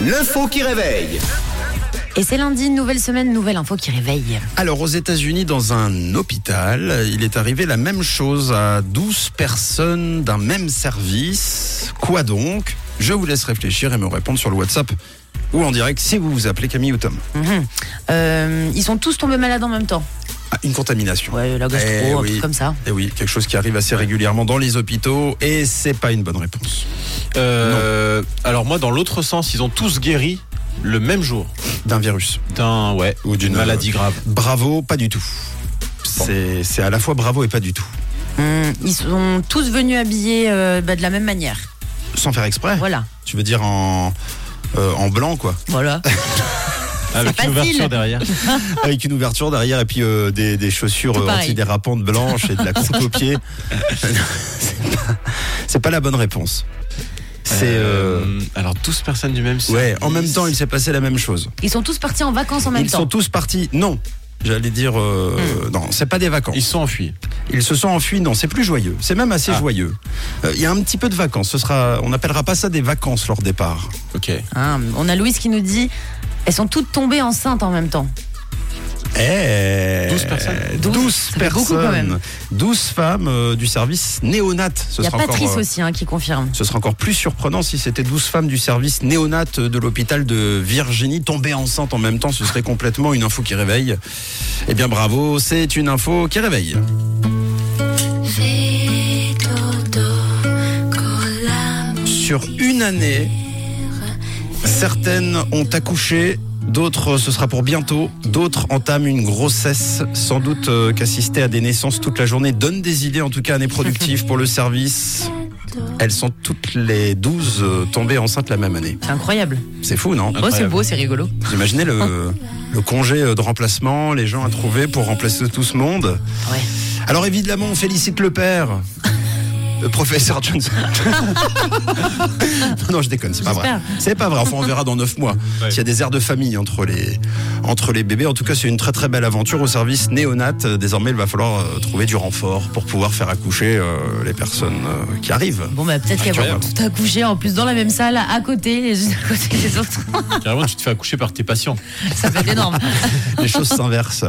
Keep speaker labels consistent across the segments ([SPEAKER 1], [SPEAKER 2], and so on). [SPEAKER 1] L'info qui réveille.
[SPEAKER 2] Et c'est lundi, nouvelle semaine, nouvelle info qui réveille.
[SPEAKER 3] Alors aux États-Unis, dans un hôpital, il est arrivé la même chose à 12 personnes d'un même service. Quoi donc Je vous laisse réfléchir et me répondre sur le WhatsApp ou en direct si vous vous appelez Camille ou Tom.
[SPEAKER 2] Mhm. Euh, ils sont tous tombés malades en même temps.
[SPEAKER 3] Ah, une contamination.
[SPEAKER 2] Ouais, la gastro,
[SPEAKER 3] Eh
[SPEAKER 2] un
[SPEAKER 3] oui.
[SPEAKER 2] truc comme ça.
[SPEAKER 3] Eh oui, quelque chose qui arrive assez régulièrement dans les hôpitaux et c'est pas une bonne réponse.
[SPEAKER 4] Euh, alors moi, dans l'autre sens, ils ont tous guéri le même jour
[SPEAKER 3] D'un virus.
[SPEAKER 4] d'un ouais
[SPEAKER 3] Ou d'une- euh,
[SPEAKER 4] maladie grave.
[SPEAKER 3] Bravo, pas du tout. C'est c'est à la fois bravo et pas du tout.
[SPEAKER 2] Mhm. Ils sont tous venus habillés euh, bah, de la même manière.
[SPEAKER 3] Sans faire exprès.
[SPEAKER 2] Voilà.
[SPEAKER 3] Tu veux dire en, euh, en blanc, quoi.
[SPEAKER 2] Voilà.
[SPEAKER 3] Ah,
[SPEAKER 4] Avec une
[SPEAKER 2] facile.
[SPEAKER 4] ouverture derrière.
[SPEAKER 3] Avec une ouverture derrière et puis euh, des, des chaussures
[SPEAKER 2] Tout
[SPEAKER 3] euh,
[SPEAKER 2] pareil.
[SPEAKER 3] antidérapantes blanches et de la croûte aux pieds. C'est pas- C'est pas la bonne réponse. C'est. euh,
[SPEAKER 4] Euh, alors 12 personnes du même sexe.
[SPEAKER 3] ouais, en même temps, il s'est passé la même chose.
[SPEAKER 2] Ils sont tous partis en vacances en même
[SPEAKER 3] Ils
[SPEAKER 2] temps. Hmm.
[SPEAKER 3] sont tous partis. Non, j'allais dire. euh, Non, c'est pas des vacances.
[SPEAKER 4] Ils sont enfuis.
[SPEAKER 3] Ils se sont enfuis. Non, c'est plus joyeux. C'est même assez
[SPEAKER 4] Ah.
[SPEAKER 3] joyeux. Euh, Il y a un petit peu de vacances. Ce sera. On n'appellera pas ça des vacances leur départ.
[SPEAKER 4] Ok.
[SPEAKER 2] Hein, on a Louise qui nous dit elles sont toutes tombées enceintes en même temps.
[SPEAKER 3] Eh,
[SPEAKER 4] 12 personnes.
[SPEAKER 3] 12,
[SPEAKER 2] ça fait
[SPEAKER 3] personnes.
[SPEAKER 2] beaucoup quand même.
[SPEAKER 3] 12 femmes euh, du service néonat. Ce
[SPEAKER 2] Il y a
[SPEAKER 3] sera encore,
[SPEAKER 2] Patrice
[SPEAKER 3] euh,
[SPEAKER 2] aussi hein, qui confirme.
[SPEAKER 3] Ce serait encore plus surprenant si c'était 12 femmes du service néonat de l'hôpital de Virginie tombées enceintes en même temps. Ce serait complètement une info qui réveille. Eh bien bravo, c'est une info qui réveille.
[SPEAKER 5] Fais dodo, collabore,
[SPEAKER 3] Sur une année, certaines ont accouché, d'autres ce sera pour bientôt, d'autres entament une grossesse. Sans doute euh, qu'assister à des naissances toute la journée donne des idées, en tout cas année productive pour le service. Elles sont toutes les 12 euh, tombées enceintes la même année.
[SPEAKER 2] C'est incroyable.
[SPEAKER 3] C'est fou, non
[SPEAKER 2] Oh, c'est beau, c'est rigolo.
[SPEAKER 3] Vous imaginez le, le congé de remplacement, les gens à trouver pour remplacer tout ce monde.
[SPEAKER 2] Ouais.
[SPEAKER 3] Alors évidemment, on félicite le père, le professeur Johnson. non, je déconne, c'est pas vrai.
[SPEAKER 2] J'espère.
[SPEAKER 3] C'est pas vrai, enfin on verra dans 9 mois
[SPEAKER 4] Ouais.
[SPEAKER 3] s'il y a des airs de famille entre les, entre les bébés. En tout cas, c'est une très très belle aventure au service néonat. Désormais, il va falloir euh, trouver du renfort pour pouvoir faire accoucher euh, les personnes euh, qui arrivent.
[SPEAKER 2] Bon, bah peut-être qu'elles vont
[SPEAKER 4] Incroyable.
[SPEAKER 2] toutes accoucher en plus dans la même salle, à côté, les unes à côté des autres.
[SPEAKER 4] Carrément, tu te fais accoucher par tes patients.
[SPEAKER 2] ça va être énorme.
[SPEAKER 3] les choses s'inversent.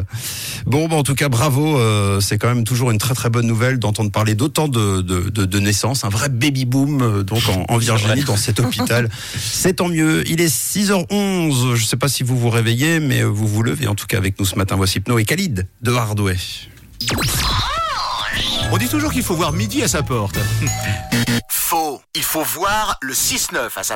[SPEAKER 3] Bon, bah, en tout cas, bravo. euh, c'est quand même toujours une très très bonne nouvelle d'entendre parler d'autant de, de, de- de naissances, un vrai baby boom euh, donc en, en Virginie, dans cet hôpital. C'est tant mieux. Il est 6h11. Je sais pas si vous vous réveillez, mais euh, vous vous levez en tout cas avec nous ce matin. Voici Pno et Khalid de Hardway.
[SPEAKER 6] On dit toujours qu'il faut voir midi à sa porte. hein,
[SPEAKER 1] Faux. Il faut voir le 6-9 à sa